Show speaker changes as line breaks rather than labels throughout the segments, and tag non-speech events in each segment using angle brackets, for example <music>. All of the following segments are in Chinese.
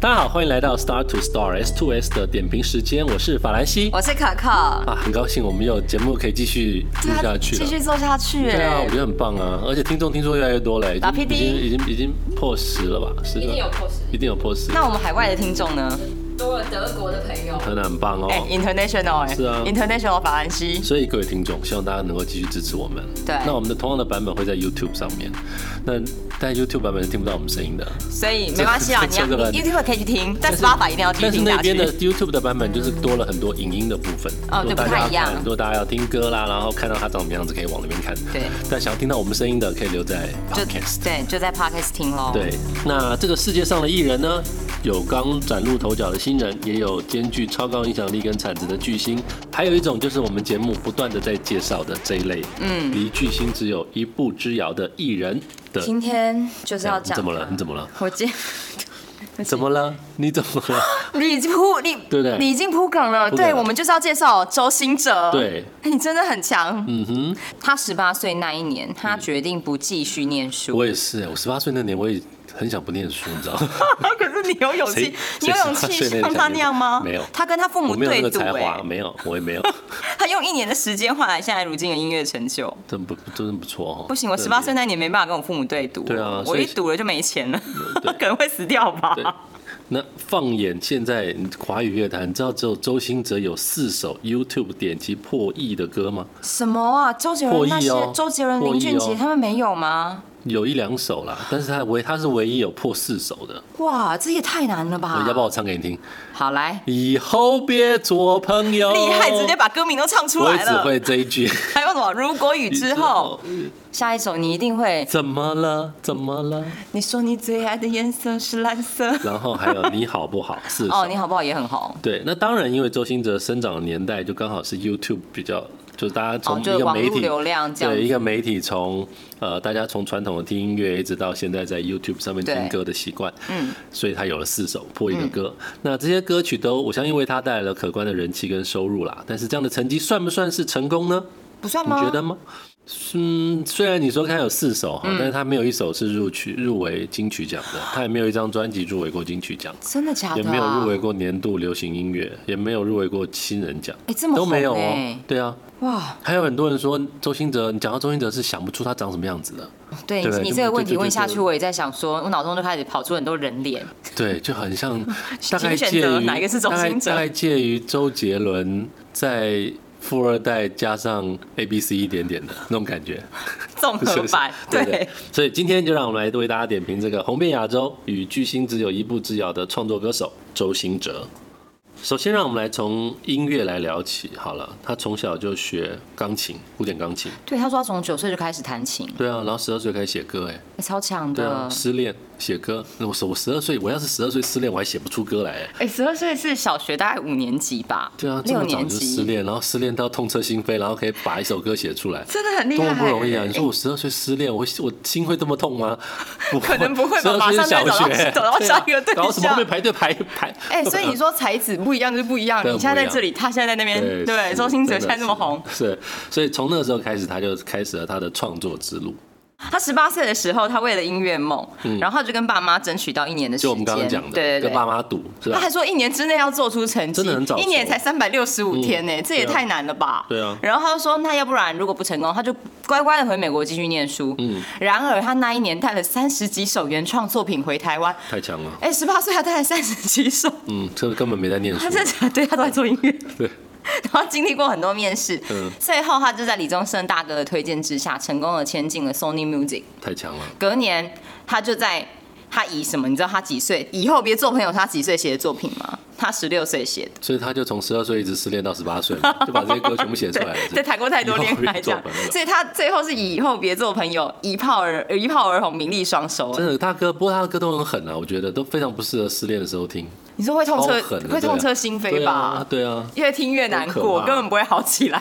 大家好，欢迎来到 Star to Star S to S 的点评时间，我是法兰西。
我是可可，
啊，很高兴我们有节目可以继续录
对啊
下去
继
了。
续做下去，
对啊，
哎
我觉得很棒啊，而且听众听说越来越多了，已
打
经
PD
已经已经已经破十了吧？是一
一定有 pos，
一定有破十，
那我们海外的听众呢？
如果德国的朋友，
真的很棒哦。
哎、i n t e r n a t i o n a l 哎、
是啊
i n t e r n a t i o n a l 法兰西，
所以各位听众，希望大家能够继续支持我们。
对
那我们的同样的版本会在 YouTube 上面，那但 YouTube 版本是听不到我们声音的。
所以没关系啊，
这
你要
这个
你 YouTube 可以去听，但
但是
Spotify 一定要继续
但是
听
那
下
边
去。
的 YouTube 的版本就是多了很多影音的部分，
哦
如果
对
大
不
家要
太一样
看如果大家要听歌啦，然后看到它长什么样子，可以往那边看。
对，
但想要听到我们声音的，可以留在
就
Podcast。
对，就在 Podcast 听喽。
对，那这个世界上的艺人呢，有刚崭露头角的新人，也有兼具超高影响力跟产值的巨星，还有一种就是我们节目不断的在介绍的这一类，嗯，离巨星只有一步之遥的艺人的。
今天就是要
你
讲
哎怎么了？你怎么了？
我今
怎么了？你怎么了？
<laughs> 你已经铺你
对不对
你已经铺梗了，
铺梗
对
了
我们就是要介绍周兴哲。
对，
你真的很强。
嗯哼，
他十八岁那一年，他决定不继续念书。
我也是，我十八岁那年我也很想不念书，你知
<laughs>
道吗？
可是你有勇气
谁，
你有勇
谁18岁那
气
年
像他那样吗？
没有
他跟他父
我
母
没有那
对
个
赌、
才华，
哎，
没有，我也没有，
他用一年的时间换来现在如今的音乐成就。
真不 <laughs> 真的不错哦。
不行，我
真
十
的
八岁那年没办法跟我父母对赌。
对啊所
我
以
一赌了就没钱了
对，
<laughs> 可能会死掉吧。
对，那放眼现在华语乐坛，你知道只有周兴哲有四首 YouTube 点击破亿的歌吗？
什么啊？周杰
破
伦
亿哦
那些，周杰伦、林俊
破亿
杰
哦
他们没有吗？
有一两首啦，但是他唯他是唯一有破四首的。
哇，这也太难了吧
我！要不要我唱给你听？
好来，
以后别做朋友。
厉害，直接把歌名都唱出
哦我
来
也只
了。
会这一句。
还有什么？如果雨之后，下一首你一定会。
<laughs> 怎么了？怎么了？
你说你最爱的颜色是蓝色。
然后还有你好不好？四首。
哦，你好不好也很红。
对，那当然，因为周兴哲生长的年代就刚好是 YouTube 比较，就是大家从
哦
一
就是
个媒
网络
体
流量这样
对
子
一个媒体从呃大家从传统的听音乐，一直到现在在 YouTube 上面听
对
歌的习惯，
嗯，
所以他有了四首破亿的歌。那这些歌曲都我相信为他带来了可观的人气跟收入啦。但是这样的成绩算不算是成功呢？
不算
你
吗？
觉得吗？嗯，虽然你说他有四首哈，
嗯
但是他没有一首是入曲入围金曲奖的，他也没有一张专辑入围过金曲奖。
真的假的、啊？
也没有入围过年度流行音乐，也没有入围过新人奖，
哎这么
都没有
红
哦
哎。
对啊，
哇！
还有很多人说周兴哲，你讲到周兴哲是想不出他长什么样子的，
对
对
你
就
这个
就
问
就
题
就
问下
就
去，我也在想说，我脑中就开始跑出很多人脸。
对，就很
<laughs>
像大概
请选
介
择
于
哪一个是周
大概
兴哲
大概介于周杰伦在富二代加上 A B C 一点点的那种感觉，
综 <laughs> 合版，
<laughs> 对
对，
所以今天就让我们来为大家点评这个红遍亚洲与巨星只有一步之遥的创作歌手周兴哲。首先，让我们来从音乐来聊起。好了，他从小就学钢琴，古典钢琴。
对，他说他从九岁就开始弹琴，
对啊，然后十二岁开始写歌，哎，
欸超强
对啊
的，。
失恋写歌。那我说我十二岁，我要是十二岁失恋，我还写不出歌来。哎
哎，十二岁是小学大概五年级吧，
对啊，这
六
么早
年
就失
级，
恋，然后失恋到痛彻心扉，然后可以把一首歌写出来，
真的很厉
多
害，
么不容易啊！
欸
你说我十二岁失恋，我我心会这么痛吗？不
<laughs> 可能不会
12
吧
岁是小
马上就 <laughs>
学啊
找到找到下一个对象
然后什么后面排队排排？
哎，所以
<laughs>
你说才子不一样就是不一样，
对啊
你现在在
不一样
这里，他现在在那边，对，周星哲现在这么红，，
是真的是是，所以从那个时候开始，他就开始了他的创作之路。
他十八岁的时候，他为了音乐梦，然后他就跟爸妈争取到一年的时间，
嗯就我们刚刚讲的，
对对
跟爸
对。
妈赌是
他
吧
还？说一年之内要做出成绩，
啊真的很早熟
一年才三百六十五天呢、这也
对啊
太难了吧？
对啊
然后他就说，那要不然如果不成功，他就乖乖的回美国继续念书。嗯。然而他那一年带了三十几首原创作品回台湾，
太强了，
哎，十八岁他带了三十几首， <laughs>
嗯，这个根本没在念书
他，这对他都在做音乐。
对，
然后经历过很多面试，
嗯
最后他就在李宗盛大哥的推荐之下，成功的签进了 Sony Music。
太强了，
隔年他就在他以什么？你知道他几岁？以后别做朋友，他几岁写的作品吗？他十六岁写的，
所以他就从十二岁一直失恋到十八
<laughs>
岁嘛， <laughs> 就把这些歌全部写出来了。
对，谈过太多恋爱这样
以后别做朋友，
所以他最后是以以后别做朋友，一炮而一炮而红，名利双收。
真的，他歌不过他的歌都很狠啊，我觉得都非常不适合失恋的时候听，
你说会痛
超
彻
狠的，
会
对啊
痛彻心扉吧？
对啊，对啊
越听越难
好可
过，
怕
根本不会好起
<laughs>
来。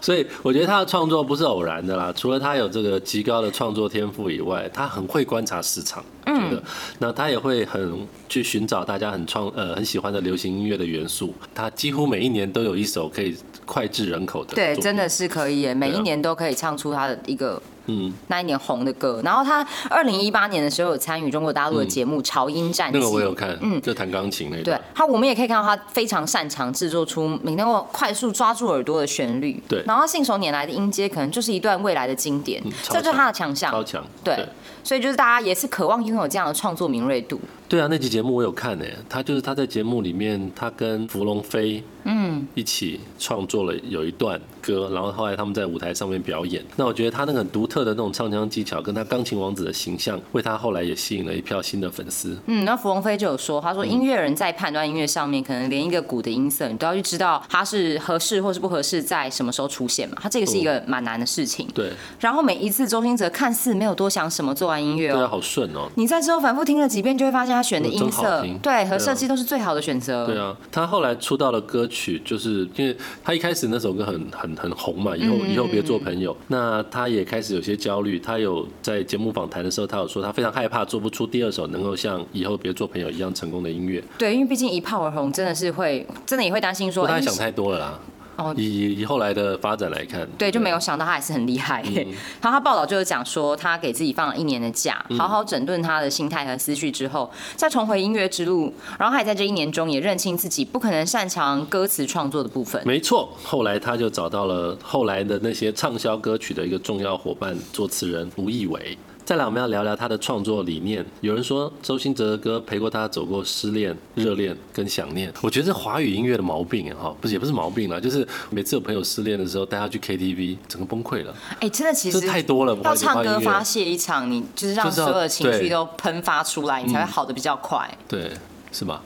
所以我觉得他的创作不是偶然的啦，除了他有这个极高的创作天赋以外，他很会观察市场，
嗯
觉得，那他也会很去寻找大家很创呃很喜欢的流行音乐的元素，他几乎每一年都有一首可以脍炙人口的，
对，真的，是可以耶，每
对啊
一年都可以唱出他的一个
嗯，
那一年红的歌。然后他二零一八年的时候有参与中国大陆的节目《潮音战记》，
嗯那个我有看，
嗯
嗯，就弹钢琴那
对
段，
他，我们也可以看到他非常擅长制作出你能够快速抓住耳朵的旋律。
对嗯
然后他信手拈来的音阶可能就是一段未来的经典，
超
这就是他的强项。
超强，
对，所以就是大家也是渴望拥有这样的创作敏锐度。
对啊，那期节目我有看诶，他就是他在节目里面，他跟芙蓉飞嗯一起创作了有一段歌，然后后来他们在舞台上面表演。那我觉得他那个很独特的那种唱腔技巧，跟他钢琴王子的形象，为他后来也吸引了一票新的粉丝。
嗯，那芙蓉飞就有说，他说音乐人在判断音乐上面，可能连一个鼓的音色，你都要去知道它是合适或是不合适，在什么时候出现嘛。他这个是一个蛮难的事情。
对，啊
然后每一次周兴哲看似没有多想什么，做完音乐
对啊，
哦。
好顺哦。
你在之后反复听了几遍，就会发现他选的
嗯
音
真好
色
听，
对和
对啊
设计都是最好的选择。
对啊，他后来出道的歌曲，就是因为他一开始那首歌很很很红嘛，
嗯
以后以后别做朋友。那他也开始有些焦虑，他有在节目访谈的时候，他有说他非常害怕做不出第二首能够像以后别做朋友一样成功的音乐。
对，因为毕竟一炮而红，真的是会，真的也会担心
不
说，
过他
哎
想太多了啦。
哦
以以后来的发展来看，
对，就没有想到他还是很厉害。
嗯
<laughs> 然后他报道就是讲说，他给自己放了一年的假，
嗯
好好整顿他的心态和思绪之后，再重回音乐之路。然后他也在这一年中也认清自己不可能擅长歌词创作的部分。
没错，后来他就找到了后来的那些畅销歌曲的一个重要伙伴，作词人吴亦伟。再来，我们要聊聊他的创作理念。有人说周兴哲的歌陪过他走过失恋、热恋跟想念。我觉得这华语音乐的毛病啊哈，不是也不是毛病啦，就是每次有朋友失恋的时候，带他去 KTV，整个崩溃了。
哎，真的其
这
实
太多了
要唱歌
不好意思
发泄一场，你就是让
就是
所
要
有的情绪
对嗯
都喷发出来，你才会好的比较快。
对，是吧？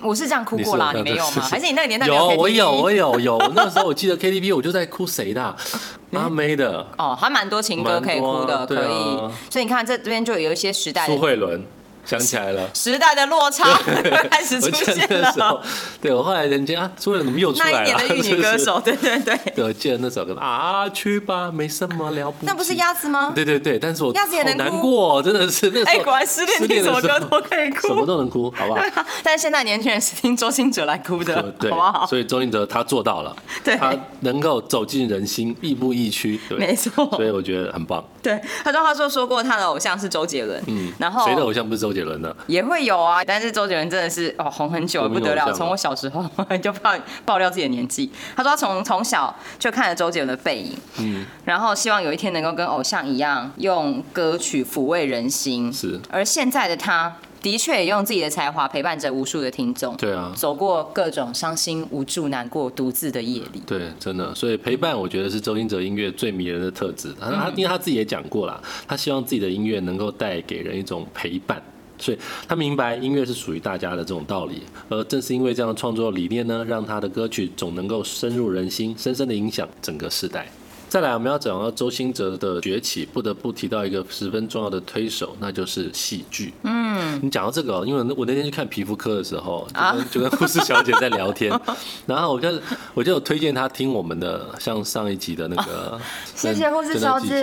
我是这样哭
你是
过啦，
有
你没有
是
吗？
是 <laughs>
还是你那个年代没
有？我
KTV
有，我有，有。那时候我记得 KTV，我就在哭谁的啊、
<laughs>
阿妹的。
哦，还蛮多情歌可以哭的，
蛮多啊对
可
啊
以。所以你看这这边就有一些时代
苏
的。
慧伦，想起来了
时代的落差
<laughs>
<laughs> 开始
我
出
记得
现
那时候
了。，
对我后来人家啊，苏慧伦怎么又出
<laughs> 那一
来
年
了？
的玉女歌
<laughs> 就是。
手，对对对，
对，我记得那首歌啊，去吧，没什么了不起。
那不是鸭子吗？
对对对，但是我
鸭子也
好
能哭
难过哦，真的是那时候
哎，果然失恋听什么
的
歌
时候
都可以
什么
哭。
都能哭，好
<laughs>
不好？
但是现在年轻人是听周兴哲来哭的
呃，对
好不好？
所以周兴哲他做到了，
<laughs> 对
他能够走进人心，亦步亦趋，对，
没错
所以我觉得很棒。
对，他说他说说过他的偶像是周杰伦，嗯，然后
谁的偶像不是周杰伦呢？
也会有啊，但是周杰伦真的是哦红很久了
国民
不得
偶
了，
像
从我小时候 <laughs> 就爆爆料自己的年纪。他说他从从小就看着周杰伦的背影，嗯，然后希望有一天能够跟偶像一样用歌曲抚慰人心。
是
而现在的他的确也用自己的才华陪伴着无数的听众，
对啊
走过各种伤心、无助、难过、独自的夜里。
对，真的，所以陪伴我觉得是周兴哲音乐最迷人的特质。他他因为他自己也讲过啦，他希望自己的音乐能够带给人一种陪伴。所以他明白音乐是属于大家的这种道理，而正是因为这样的创作理念呢，让他的歌曲总能够深入人心，深深的影响整个时代。再来，我们要讲到周兴哲的崛起，不得不提到一个十分重要的推手，那就是戏剧。嗯，你讲到这个哦、因为我那天去看皮肤科的时候，就跟、就跟护士小姐在聊
<laughs>
天，然后我就我就有推荐她听我们的，像上一集的那个，
哦谢谢护士小
圣诞季
姐
节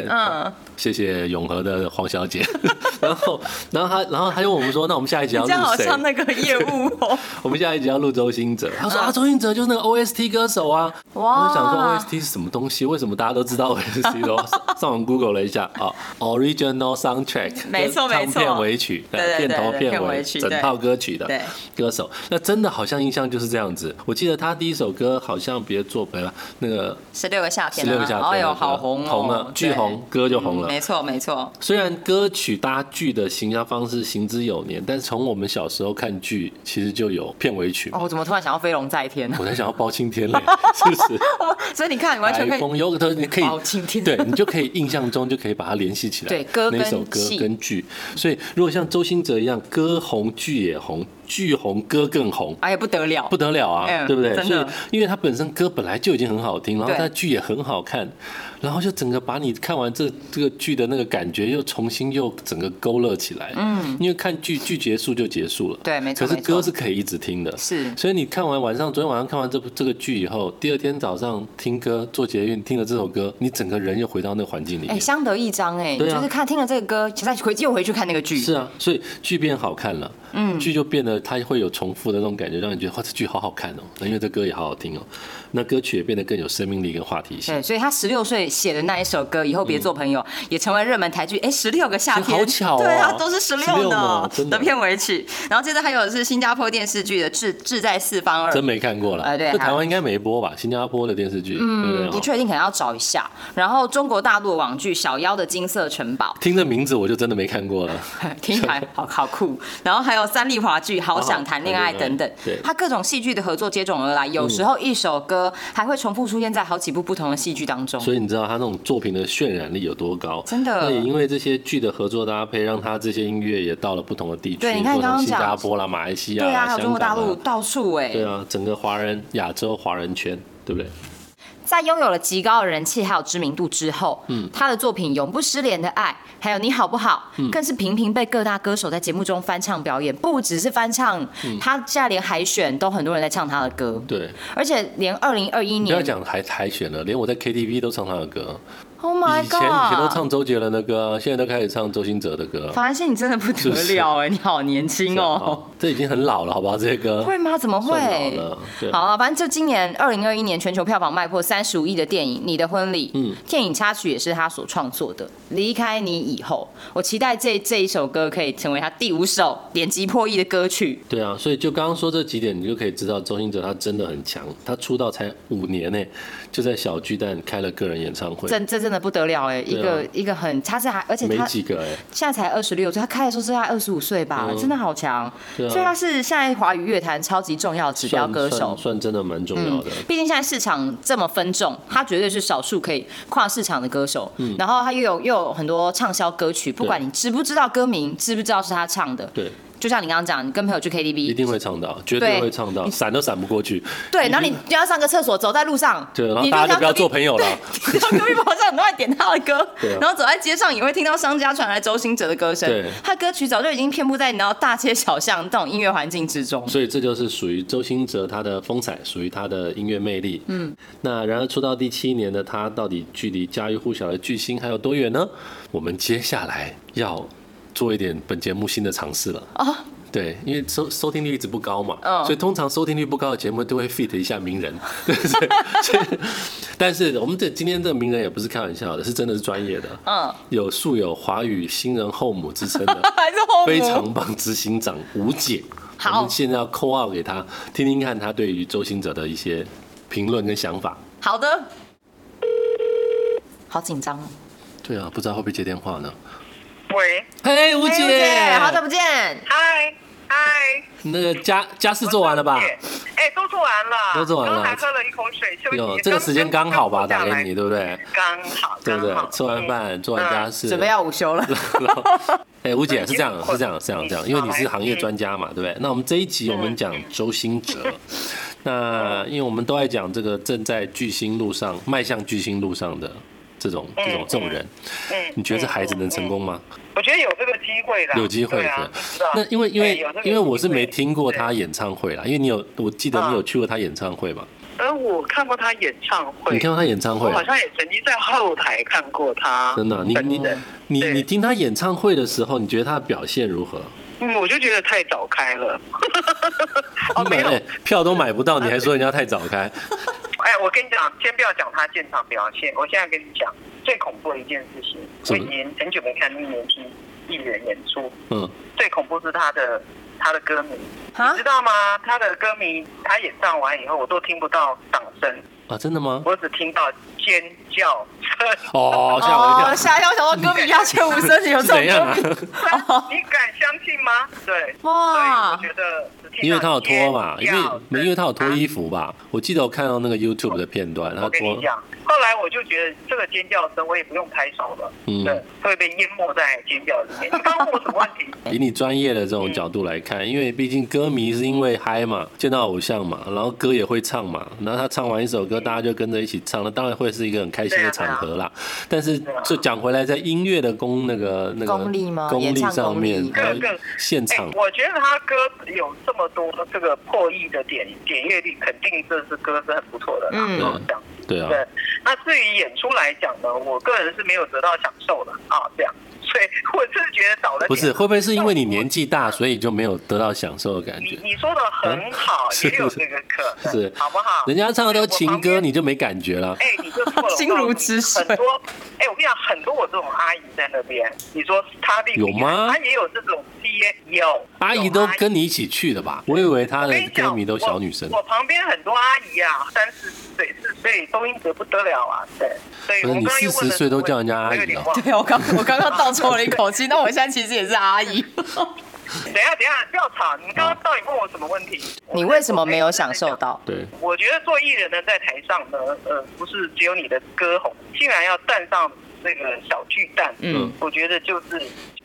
对，
嗯
嗯，谢谢永和的黄小姐， <laughs> 然后然后她然后她就问我们说，那我们下一集要
这样好
录谁？
像那个嗯业务哦， <laughs>
我们下一集要录周兴哲，他说啊，周兴哲就是那个 OST 歌手啊。
哇
我就想说 OST 是什么东西？为什么大家都知道
<laughs>
OST 咯？上网 Google 了一下啊，Original Soundtrack，
没错
就是
没
唱
错
片尾曲，
对对对
片头
对
片
片尾
尾
曲
整
对
套歌曲的
对
歌手。那真的好像印象就是这样子。我记得他第一首歌好像别做没了，那个
十六个夏
十
天啊，
六个夏
哎
天
呦，
的歌，
好红哦，
红了，巨
对
红，，歌就红了。
没错没错，
虽然歌曲搭剧的行销方式行之有年，但是从我们小时候看剧，其实就有片尾曲嘛
哦，我怎么突然想要飞龙
<laughs>
在天呢、
我才想要包青天
<laughs>
嘞，是不是？
所以你看，你完全可
台
以
风有可能你可以
包青天
对你就可以印象中就可以把它联系起来。
对歌跟
那首歌
戏
跟剧，所以如果像周兴哲一样，歌红剧也红，剧红歌更红。
哎呀不得了，
不得了啊，
嗯
对不对？
真
所以
的，
因为他本身歌本来就已经很好听，然后
对
他剧也很好看，然后就整个把你看完这这个剧的那个感觉又重新又整个勾勒起来。嗯，因为看剧剧结束就结束了，
对没错
可是
没错
歌是可以一直听的，
是
所以你看完晚上，昨天晚上看完这部这个剧以后，第二天早上听歌做捷运听了这首歌，你整个人又回到那个环境里
哎、
面。
相得益彰哎、
对啊
就是看听了这个歌，再回又回去看那个剧，
是啊，所以剧变好看了，嗯，剧就变得它会有重复的那种感觉，让你觉得哇，这剧好好看哦，那因为这歌也好好听哦，那歌曲也变得更有生命力跟话题性。
对，所以他十六岁写的那一首歌《以后别做朋友》也成为热门台剧。哎，十六个夏天，
嗯好巧哦
对啊，都是十
16
六
呢
呢
真的
的片尾曲。然后接着还有是新加坡电视剧的《志志在四方二》，
真没看过啦。
哎对
这台湾应该没播吧？新加坡的电视剧，对
嗯，
不
不
对？
确定，可能要找一下。然后中国大陆的网剧《小妖的金色城堡
哦听这名字我就真的没看过了。》，
听起来好好酷。然后还有三立华剧《好
好
想谈恋爱》等等
谈恋爱对，
它各种戏剧的合作接踵而来，有时候一首歌还会重复出现在好几部不同的戏剧当中。
所以你知道他那种作品的渲染力有多高？
真的
那也因为这些剧的合作搭配，让他这些音乐也到了不同的地区，
对你看
或者
刚刚
新
讲
加坡啦、马来西亚
对
啦、
啊，还有中
香
国大
港
陆
啦，
到处哎、
对啊，整个华人亚洲华人圈，对不对？
在拥有了极高的人气还有知名度之后，嗯，他的作品《永不失联的爱》还有《你好不好》，更是频频被各大歌手在节目中翻唱表演。不只是翻唱，他现在连海选都很多人在唱他的歌，
对，
而且连二零二一
你不要
年
讲还海选了，连我在 KTV 都唱他的歌。
，Oh my
以前以前都
God！
唱周杰伦的歌啊，现在都开始唱周兴哲的歌。
法兰西，你真的不得了哎、你好年轻哦。
啊好这已经很老了，好不好？这些歌
会吗？怎么会
算老了？对
好啊，反正就今年二零二一年全球票房卖破三十五亿的电影《你的婚礼》，嗯，电影插曲也是他所创作的。离开你以后，我期待这这一首歌可以成为他第五首点击破亿的歌曲。
对啊，所以就刚刚说这几点，你就可以知道周兴哲他真的很强。他出道才五年呢，就在小巨蛋开了个人演唱会，
这这真的不得了哎、一个、
对啊
一个很，他是还，而且
没
他
几个哎，
现在才二十六岁，他开的时候是在二十五岁吧，真的好强。
对啊
所以他是现在华语乐坛超级重要的指标
算
歌手
算。算真的蛮重要的。
嗯毕竟现在市场这么分众，他绝对是少数可以跨市场的歌手。
嗯
然后他又有又有很多畅销歌曲，不管你知不知道歌名，知不知道是他唱的，
对，
就像你刚刚讲，你跟朋友去
一
KTV，
定会唱到，绝对
对
会唱到，闪都闪不过去。
对，然后你就要上个厕所，走在路上，
对，然后
你
大家就
听
不
到
要
隔壁
做朋友了。
<laughs> 然后隔壁跑上很多人点他的歌
对啊，
然后走在街上也会听到商家传来周兴哲的歌声
对。
他歌曲早就已经遍布在你知道大街小巷这种音乐环境之中。
所以这就是属于周兴哲他的风采，属于他的音乐魅力。嗯，那然而出道第七年的他，到底距离家喻户晓的巨星还有多远呢？我们接下来要做一点本节目新的尝试了。
哦
对，因为收收听率一直不高嘛，
嗯
所以通常收听率不高的节目都会 fit 一下名人， <laughs> 对所以所以但是我们这今天这个名人也不是开玩笑的，是真的是专业的，
嗯， <laughs>
有素有华语新人后母之称的
还是后母
非常棒执行长吴姐，
好
我们现在要扣二给他，听听看他对于周星哲的一些评论跟想法。
好的，好紧张哦。
对啊，不知道会不会接电话呢？
喂，
嘿，吴
嘿
姐，
好久不见。
嗨嗨，
那个家家事 <laughs> 做完了吧？
哎，都做完了，
都做完了
刚才喝了一口水休
哟，
息。
这个时间刚好吧，打
刚
给你，，对不对？
刚好，
对不对
刚好？嗯
吃完，饭，做完家事，
嗯准备要午休了，
<laughs>
<laughs>
然后。哎，吴姐是这样，
嗯
是这样，是这样，
嗯
这样，因为你是行业专家嘛，对不对？那我们这一集我们讲周兴哲，那因为我们都在讲这个正在巨星路上、迈向巨星路上的这种、这种、这种人，
嗯，
你觉得这孩子能成功吗？
我觉得有这个机会的，
有机会
对啊
的
你知道。
那因为因
哎
为
有这个
因为我是没
机会嗯
听过他演唱会啦，因为你有，我记得你有去过他演唱会嘛？
呃，我看过他演唱会，
你看过他演唱会啊
我？好像也曾经在后台看过他，
真的啊，你
本
你
人
你
对
你听他演唱会的时候，你觉得他的表现如何？
嗯，我就觉得太早
<laughs>
开了。哦，没有
哎，票都买不到，你还说人家太早开？
哎，我跟你讲，先不要讲他现场表现，我现在跟你讲最恐怖的一件事情，
什
我
么
已经很久没看一年级艺人演出，
嗯，
最恐怖是他的他的歌迷，
啊
你知道吗？他的歌迷他演唱完以后，我都听不到掌声，
啊，真的吗？
我只听到尖叫声。
哦，吓我一跳。
吓一跳，想到歌比鸦雀无声，你有
是
这种
怎样
歌
<laughs> 啊？
比？哦
你敢相信吗？对，
<laughs> 哇
所以我觉得只听到
因为他有脱嘛，因
尖叫
为
声
没因为他有脱衣服吧？我记得我看到那个 YouTube 的片段，他
啊我跟
脱
你，讲，后来我就觉得这个尖叫声我也不用拍手了，
嗯
对，会被淹没在尖叫里面。你刚问我什么问题？
以你专业的这种角度来看，因为毕竟歌迷是因为嗨嘛，见到偶像嘛，然后歌也会唱嘛，然后他唱完一首歌，大家就跟着一起唱，那当然会是一个很开心的场合
啊
啦。啊但是就讲回来，在音乐的功那个那个
功力吗
功
演
力
唱
上
功
面
力，
还有
各个
现场
哎，我觉得他歌有这么多这个破亿的点点阅率，肯定这是歌是很不错的啦。
嗯
老实讲
对啊，
对。那至于演出来讲呢，我个人是没有得到享受的啊，这样。所以我是觉得少了点。
不是，会不会是因为你年纪大，所以就没有得到享受的感
你
觉？
你说的很好，
<laughs> 是
也有这个可能，
是
好不好？
人家唱的都情
我
歌，
旁边
你就没感觉了。
哎、你就错了，
<laughs> 心如
我告诉你
止水
很多，哎、我跟你讲，很多我这种阿姨在那边，你说她那个
有吗
她也有这种爹，有
阿姨都跟你一起去的吧？我以为她
我
的
跟你
歌
讲
迷都小女生
我。我旁边很多阿姨啊，三十岁、四十岁都英得不得了啊，对，所以
不
我
是
们
你
刚刚又问
40
了
岁都
我
叫人家阿姨
我有点
了
忘了
对我刚我刚刚倒抽了一口气，那我现在其实也是阿姨。 <laughs>
等一下，等一下，调查，你刚刚
哦
到底问我什么问题？
你为什么没有享受到？
对，
我觉得做艺人呢，在台上呢，呃，不是只有你的歌喉，竟然要站上那个小巨蛋，
嗯
我觉得就是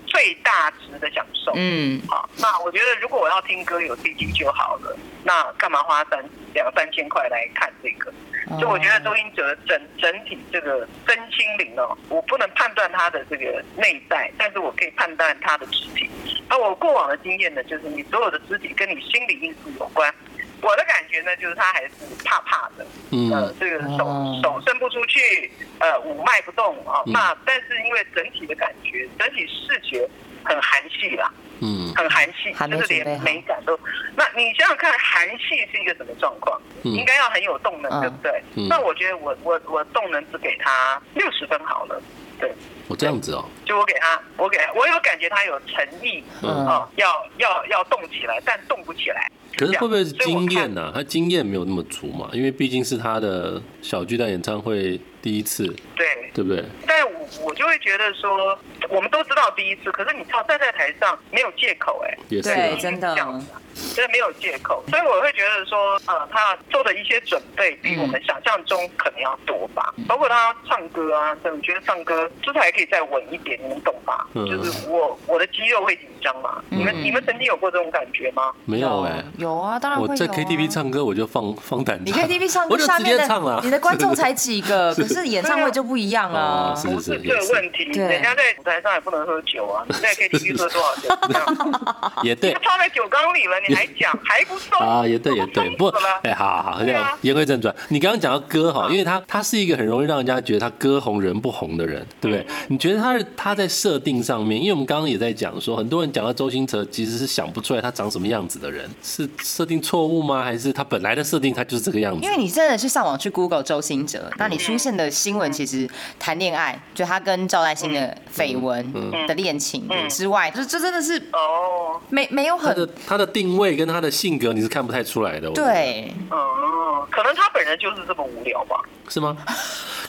最大值的享受。
嗯，
好，那我觉得如果我要听歌有 CD 就好了，那干嘛花三两三千块来看这个？
哦
所以我觉得
哦
周英哲整整体这个身心灵哦，我不能判断他的这个内在，但是我可以判断他的肢体。那我过往的经验呢，就是你所有的肢体跟你心理因素有关。我的感觉呢，就是他还是怕怕的，呃
嗯，，
这个手、
哦
手伸不出去，呃，五脉不动啊、哦
嗯
那但是因为整体的感觉，整体视觉很啊韩系啦，
嗯，
很韩系
还，没
就是
准备
连
好
美感都。那你想想看，韩系是一个什么状况？
嗯
应该要很有动能，
嗯
对不对？
嗯
那我觉得我我我动能只给他六十分好了，对，
我这样子哦，
就我给他，我给我有感觉他有诚意，
嗯
哦，要要要动起来，但动不起来。
可是会不会是
这样
经验？呢、她经验没有那么足嘛，因为毕竟是她的小巨蛋演唱会第一次，
所以我看对，
对不对？
但我我就会觉得说，我们都知道第一次，可是你跳站在台上没有借口哎、
也是、
对
啊，
真的
这样子啊，真的没有借口，所以我会觉得说，呃，他做的一些准备比我们想象中可能要多吧，
嗯
包括他唱歌啊，对，我觉得唱歌就是还可以再稳一点，你们懂吧？
嗯
就是我我的肌肉会紧张嘛，你们你们曾经有过这种感觉吗？
没有哎、
有啊，当然会有
我
啊
在 KTV。唱歌我就放放胆唱，
你 KTV 唱
我
歌
就
下
直
面
接
的
唱啊了，
你的观众才几个，可是演唱会就不一样
<laughs>
啊
哦。是
不
是
这
也
个
是
问题，
对
人家在舞台上也不能喝酒啊，你在 KTV 喝多
<laughs>
少酒？这样
也对
就泡在酒缸里了，你还讲还不 <laughs> 收
啊，也对也对，不，
怎么了？
哎、好好好，这
对
样
啊
言归正传，你刚刚讲到歌哈，因为他他是一个很容易让人家觉得他歌红人不红的人，对不对？
嗯
你觉得他的他在设定上面，因为我们刚刚也在讲说，很多人讲到周星驰其实是想不出来他长什么样子的人，是设定错误吗？还是他本来的设定他就是这个样子
因？为你真的是上网去 Google 周星哲，那你出现的新闻其实谈恋爱，就他跟赵黛欣的绯闻的恋情之外，就这真的是
哦，
没没有
他的
很
他的定位跟他的性格你是看不太出来的，我觉得，
对，
哦，可能他本人就是这么无聊吧。
是吗？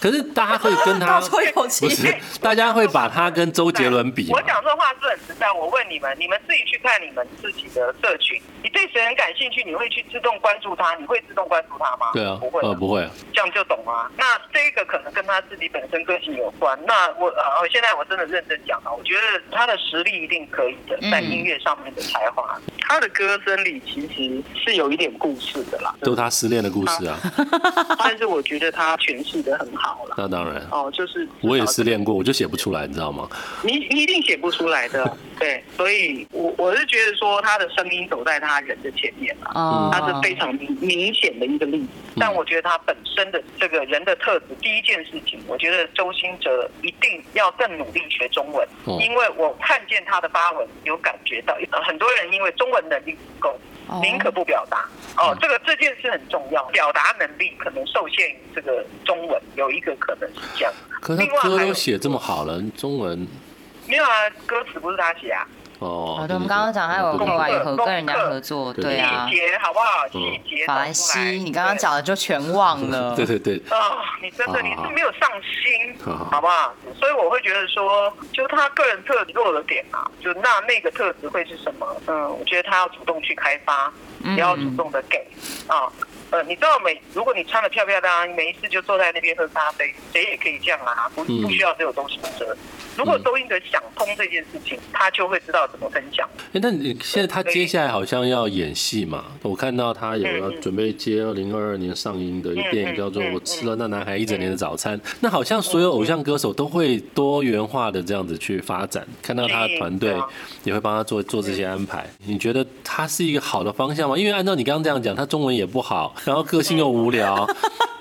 可是大家会跟他
<laughs>
倒抽一口气
不。是，大家会把他跟周杰伦比吗
我？讲这话是很实在。我问你们，你们自己去看你们自己的社群，你对谁很感兴趣，你会去自动关注他，你会自动关注他吗？
对啊
不，会的，
呃，不会啊，
这样就懂啊。那这个可能跟他自己本身个性有关。那我呃，我现在我真的认真讲啊了，我觉得他的实力一定可以的
嗯，
在音乐上面的才华，他的歌声里其实是有一点故事的啦，
都他失恋的故事啊，
但是我觉得他诠释的很好啦。
那当然。
哦，就是
<laughs> 我也失恋过，我就写不出来，你知道吗？
你你一定写不出来的，对，所以我我是觉得说他的声音走在他人的前面啊，
哦
他是非常明明显的一个例子。但我觉得他本身的这个人的特质，第一件事情，我觉得周兴哲一定要更努力学中文，
哦
因为我看见他的发文有感觉到，呃很多人因为中文能力不够
哦，
宁可不表达。哦，这个这件事很重要，表达能力可能受限于这个中文，有一个可能是这样。
可是
另外
他歌
还
都
有
写这么好了，中文
没有啊，歌词不是他写啊。
哦。
哦，对，我们刚刚讲还有
对
跟
对对
外
外
语
语
合
合
跟
跟
人
人
家
家
合
合
作，
对
对
对
啊
细，节好不好？
嗯
细节
法兰
找出来
西，你刚刚讲的就全忘
<laughs>
了。
对对对，
对啊、你真
好
的你
好
是没有上心，
好好
好不好？所以我会觉得说，就他个人特质弱了点啊，就那那个特质会是什么？嗯，我觉得他要主动去开发，
嗯
也要主动的给啊。呃，你知道每如果你穿的漂漂亮亮，没事就坐在那边喝咖啡，谁也可以这样啊，不
嗯
不需要这种东西折。如果周英哲想通这件事
嗯
情，他就会知道怎么分享。
哎，那你现在他接下来好像要演戏嘛？我看到他有要
嗯嗯
准备接二零二二年上映的一个电影，
嗯嗯
叫做
嗯
《
嗯
我吃了那男孩一整年的早餐》。那好像所有偶像歌手都会多元化的这样子去发展，看到他的团队
是啊
也会帮他做做这
嗯
些安排。你觉得他是一个好的方向吗？因为 <laughs> 按照你刚刚这样讲，他中文也不好，然后个性又无聊，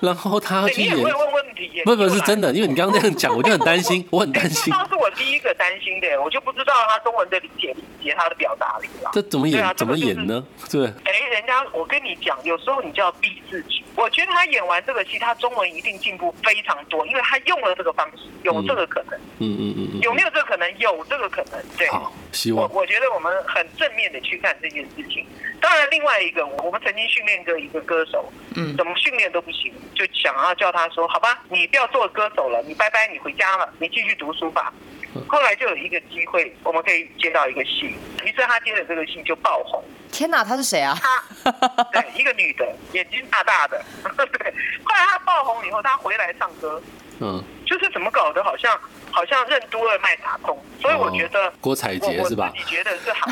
然后他要
嗯对，
去
你也
演
会问问题己研
不
究
不是
来
真的，因为你刚刚那样讲，我就很担心，我很担
这
心，
倒是我第一个担心的，我就不知道他中文的理解力以及他的表达力啦。
这怎么
对啊
演怎
这个
么
就是
演呢？对，嗯
哎，人家我跟你讲，有时候你就要逼自己。我觉得他演完这个戏，他中文一定进步非常多，因为他用了这个方式，有这个可能，
嗯嗯嗯嗯，
有没有这个可能？有这个可能，对。
好，希
我
望
我觉得我们很正面的去看这件事情。当然，另外一个，我们曾经训练过一个歌手，
嗯
怎么训练都不行，就想要叫他说：“好吧，你不要做歌手了，你拜拜，你回家了，你继续读书吧。”
嗯
后来就有一个机会，我们可以接到一个戏，于是他接了这个戏就爆红。
天哪，他是谁啊？
她
<laughs>
对一个女的，眼睛大大的， <laughs> 对。后来她爆红以后，她回来唱歌，
嗯，
就是怎么搞的，好像好像任督二脉打通，所以我觉得。
哦郭采
我
洁
我
是吧
自？己觉得是
<laughs>
好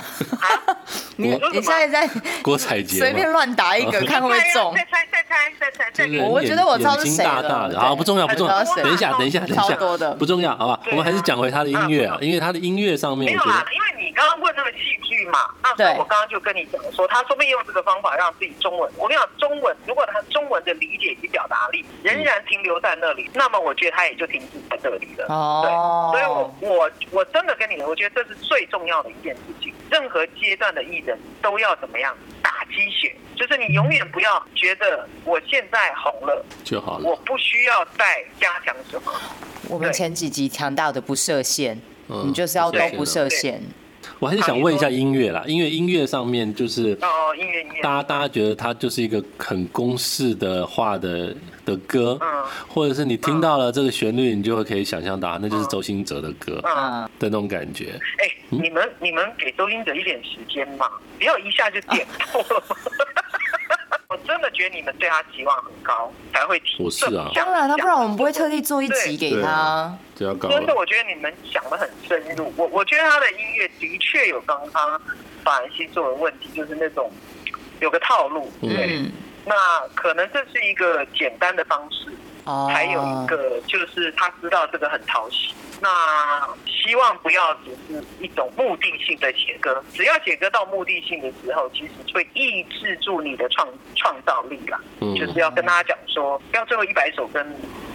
啊，
你
我
你现在在
郭采洁
随便
嘛，
乱打一个，看会不会中
再？猜再猜再猜再
就是
猜，
我
眼
觉得我知道是
眼睛
谁
大
了
大的，
对
好不重要不重要
知道，谁
等一下等一下等一
超
下，
多的
不重要，好吧？
对啊
我们还是讲回他的音乐啊，因为他的音乐上
没
面，
有
我觉
啦
得，
因为你刚刚问那个戏剧嘛，那
对
我刚刚就跟你讲说，他说不定用这个方法让自己中文，我跟你讲，中文如果他中文的理解以及表达力仍然停留在那里，那么我觉得他也就停滞在这里了。
哦
对，所以我我我真的跟你，我觉得这是最重要的一件事情。任何阶段的艺人都要怎么样打鸡血，就是你永远不要觉得我现在红了，
就好了
我。不需要再加强什么。
我们前几集强调的不设限，
嗯
你就是要都不设
对对
限。
我还是想问一下音乐啦，因为音乐上面就是
哦，音乐音乐，
大家大家觉得它就是一个很公式的化的的歌
嗯，
或者是你听到了这个旋律，你就会可以想象到啊那就是周兴哲的歌的
嗯。
嗯，
那种感觉。
哎、你们你们给周星哲一点时间嘛，不要一下就点
啊
破了。 <laughs> 我真的觉得你们对他期望很高，才会提。
我是啊
这
当然了，不然我们不会特
地。
地做一集给
对
他
啊。这要搞
真的，
了，
我觉得你们想的很深入。我我觉得他的音乐的确有刚刚法兰西做的问题，就是那种有个套路。对，
嗯，
那可能这是一个简单的方式。
哦，
还有一个就是他知道这个很讨喜，那希望不要只是一种目的性的写歌，只要写歌到目的性的时候，其实会抑制住你的创创造力啦。
嗯
就是要跟大家讲说，不要最后一百首跟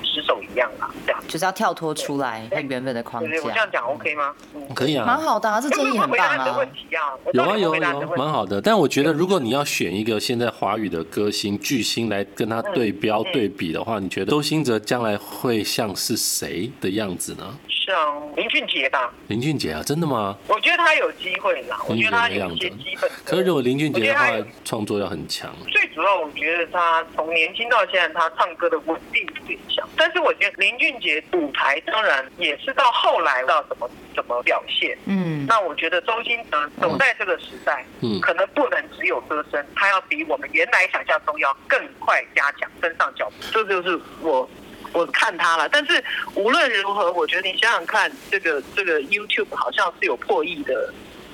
十首一样啦，这样。
就是要跳脱出来他原本的框
对
架。
对，我这样讲 OK 吗？嗯，
可以啊，
蛮好的啊，这
哎
建议
我
很
回答
棒
你的
啊
问。题啊，我
有
到
啊
底
有
有没有回答你的
有，
问
蛮
题。
好的。但我觉得，如果你要选一个现在华语的歌星巨星来跟他对标
嗯
对比的话，你觉得周兴哲将来会像是谁的样子呢？
像啊林俊杰吧，
林俊杰啊，真的吗？
我觉得他有机会啦，我
林
觉
俊
得
杰
他
的
有
样
一
子
些基本的。。
可是如果林俊杰的话
我觉得他，
创作要很强。
最主要，我觉得他从年轻到现在，他唱歌的稳定性强。但是我觉得林俊杰舞台当然也是到后来到怎么怎么表现。
嗯，
那我觉得周星哲走在这个时代，
嗯
可能不能只有歌声，他要比我们原来想象中要更快加强跟上脚步。这就是我我看他了。但是无论如何，我觉得你想想看，这个这个 YouTube 好像是有破亿的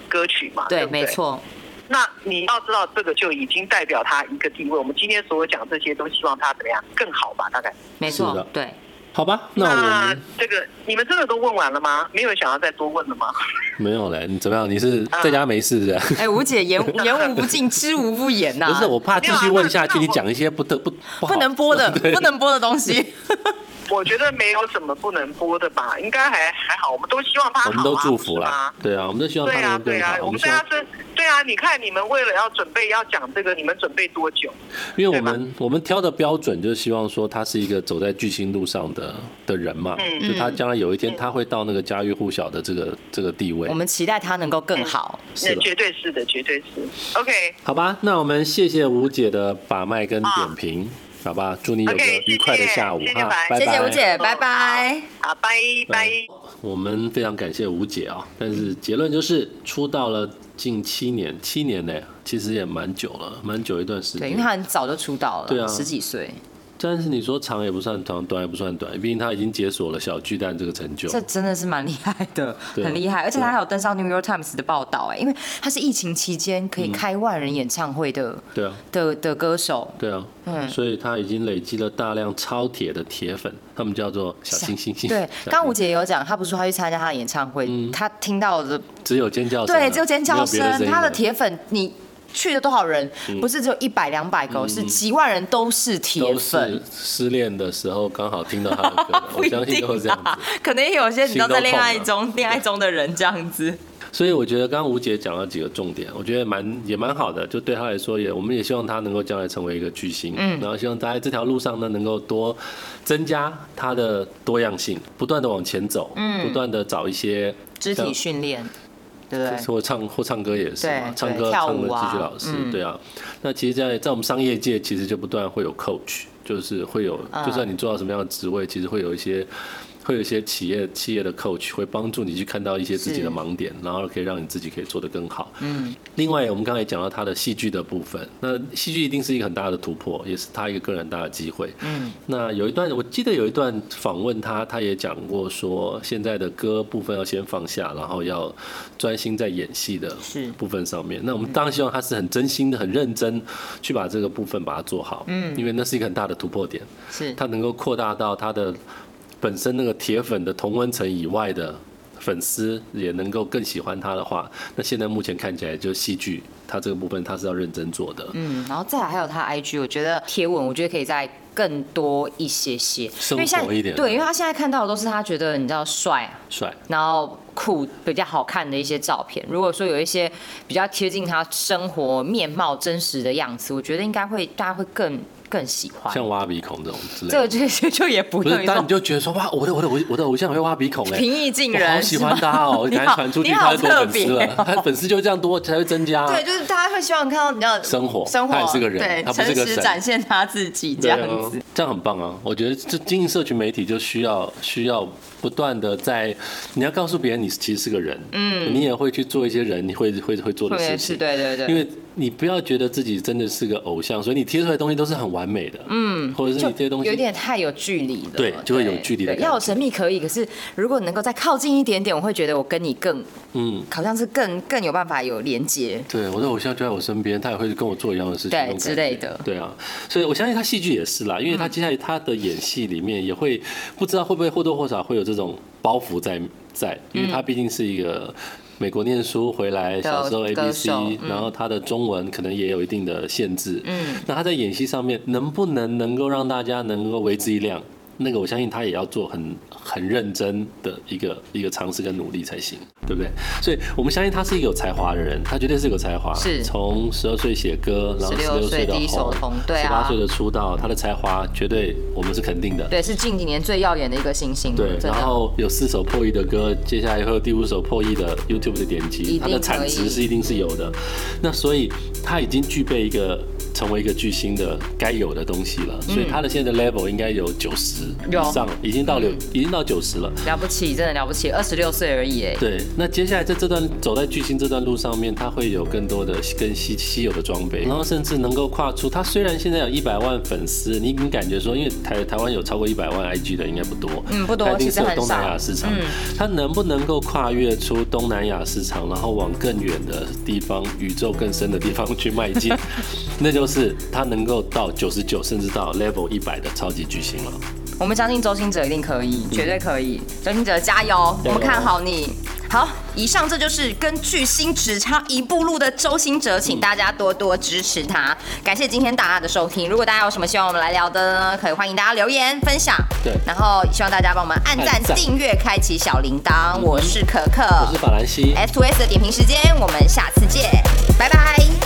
歌曲嘛，对
对，
不对
没错，
那你要知道，这个就已经代表他一个地位。我们今天所讲这些，都希望他怎么样更好吧？大概。
没
是的
错，对。
好吧，那我们
这个你们真的都问完了吗？没有想要再多问了吗？
<laughs> 没有嘞。你怎么样？你是
啊
在家没事的？
哎，吴姐
<laughs>
言言无不尽，知无不言
啊
呐。
不是，我怕继续问下去，你讲一些不得不不好
不能播的，
<laughs> 对
不能播的东 <laughs> 西。
我觉得没有什么不能播的吧，应该还还好。我们都希望他好、啊，
我们都祝福
是吧
啦。对啊，我们都希望
对
他
啊，
能
对
更
啊
好，。
我们
希
对
望
他是，对啊，你看你们为了要准备要讲这个，你们准备多久？
因为我
对
们我们挑的标准就是希望说他是一个走在巨星路上的的人嘛，
嗯
就他将来有一天他会到那个家喻户晓的这个这个地位
我，们期待他能够更好。
是
那
的。
绝对是的，绝对是。OK，
好吧，那我们谢谢吴姐的把脉跟点评，好吧，祝你有个
啊 OK，
愉快的下午
谢谢
哈，
拜
谢
拜。
谢吴姐，拜拜。
好，拜拜。
我们非常感谢吴姐啊、但是结论就是出道了近七年，七年呢，其实也蛮久了，蛮久一段时
对，
间
因为。他很早就出道了，
对啊
十几岁，
但是你说长也不算长，短也不算短，毕竟他已经解锁了小巨蛋这个成就。
这真的是蛮厉害的，
对啊
很厉害。而且他还有登上《New York Times》的报道，哎，因为他是疫情期间
嗯
可以开万人演唱会的
对啊，
的的歌手，
对啊，
嗯
所以他已经累积了大量超铁的铁粉，他们叫做小星星星。
对
小，星嗯
刚刚吴姐也有讲，她不是说她去参加她的演唱会，她听到的
只有尖叫声啊，
对，只有尖叫
没有别的
声，
音啊
他的
了嗯
铁粉，你去了多少人，不是只有一百两百个，哦是几万人都是铁
都
粉
是。失恋的时候刚好听到他的歌
<laughs>
的，我
一
相信都是这
定
样
啊
子。，
可能也有些你知道在恋爱
心都
中，恋爱中的人这样子，
所以我觉得刚刚吴姐讲了几个重点，我觉得蛮也蛮好的，就对她来说也，我们也希望她能够将来成为一个巨星，嗯，然后希望她在这条路上呢能够多增加她的多样性，不断的往前走，嗯，不断的找一些
肢体训练，对不对？
或唱或唱歌也是嘛
对，
唱
对
歌
跳
唱
舞
的
啊
继续老师，
嗯
对啊。那其实在，在我们商业界，其实就不断会有 coach，就是会有，
嗯
就算你做到什么样的职位，其实会有一些。会有一些企业企业的 coach 会帮助你去看到一些自己的
是
盲点，然后可以让你自己可以做得更好。嗯，另外我们刚才也讲到他的戏剧的部分，那戏剧一定是一个很大的突破，也是他一个个人很大的机会。嗯，那有一段我记得有一段访问他，他也讲过说，现在的歌部分要先放下，然后要专心在演戏的
是
部分上面。那我们当然希望他是很真心的、很认真去把这个部分把它做好，嗯，因为那是一个很大的突破点，
是
他能够扩大到他的本身那个铁粉的同温层以外的粉丝也能够更喜欢他的话，那现在目前看起来就是戏剧，他这个部分他是要认真做的，
嗯，然后再来还有他 IG，我觉得贴文，我觉得可以再更多一些些，因为
生
像
活一点
对，因为他现在看到的都是他觉得你知道帅，
帅。
然后酷比较好看的一些照片。如果说有一些比较贴近他生活面貌真实的样子，我觉得应该会大家会更更喜欢。
像挖鼻孔这种之类
这个
的，
这些就也不
不
用
是，
你
但
说
你就觉得说哇，我的我的我我的偶像会挖鼻孔哎、
平易近
我
人，
好喜欢
是吗
他哦，
你
赶
好
快传出去，
你
他
好
就多
特
粉
别
丝了，
哦。
<laughs> 他粉丝就这样多才会增加啊。
对，就是大家会希望看到你要
生活
生活，
他也是个人
对，
他不是
诚
个
实
神
展现他自己这
对
样
啊
子。，
这样很棒啊！我觉得这经营社群媒体就需要需要不断的在，你要告诉别人你其实是个人，嗯，你也会去做一些人你会会会做的
会
事
是，
情，
对对对，
因为你不要觉得自己真的是个偶像，所以你贴出来的东西都是很完美的，嗯，或者是
就
你这些东西
有点太有距离了，
对就会有距离的
对
感
要有
觉
神秘可以，可是如果能够再靠近一点点，我会觉得我跟你更，
嗯，
好像是更更有办法有连接。
对，我的偶像就在我身边，他也会跟我做一样的事情，
对
那种感觉
之类的
对啊，所以我相信他戏剧也是啦，因为他接下来他的演戏里面也会不知道会不会或多或少会有这种包袱在在，因为他毕竟是一个。美国念书回来，小时候 A
歌
B C，
手嗯
然后他的中文可能也有一定的限制。嗯，那他在演戏上面能不能能够让大家能够为之一亮？那个我相信他也要做很很认真的一个一个尝试跟努力才行，对不对？所以我们相信他是一个有才华的人，他绝对是有才华。
是
从十二岁写歌，然后十
16
六岁
岁
的
第一首
红
红，对
十八
啊
岁的出道，他的才华绝对我们是肯定的。
对，是近几年最耀眼的一个新星，
对，
真
然
的。
后有四首破亿的歌，接下来会有第五首破亿的 YouTube 的点击，
一定
它的产值是一定是有的。那所以他已经具备一个成为一个巨星的该有的东西了，所以他的现在的 level 应该有九十
嗯有嗯
以上，已经到六，已经到九十了。
了不起，真的了不起，二十六岁而已，哎，
对，那接下来在这段走在巨星这段路上面，他会有更多的更稀稀有的装备，然后甚至能够跨出。他虽然现在有一百万粉丝，你你感觉说，因为台台湾有超过一百万 IG 的应该不多，
嗯不多
他一定是有
其实很
东
少嗯
南亚市场。他能不能够跨越出东南亚市场，然后往更远的地方、宇宙更深的地方去迈进，
<laughs>
那就是他能够到九十九，甚至到 level 一百的超级巨星了。
我们相信周星哲一定可
嗯
以，绝对可以。周星哲加油，我们看好你。好，以上这就是跟巨星只差一步路的周星哲，请大家多多支持他。感谢今天大家的收听，如果大家有什么希望我们来聊的呢，可以欢迎大家留言分享。
对
然后希望大家帮我们按赞
按、赞
订阅、开启小铃铛。我是可可
我是法兰西，
，S2S 的点评时间，我们下次见，拜拜。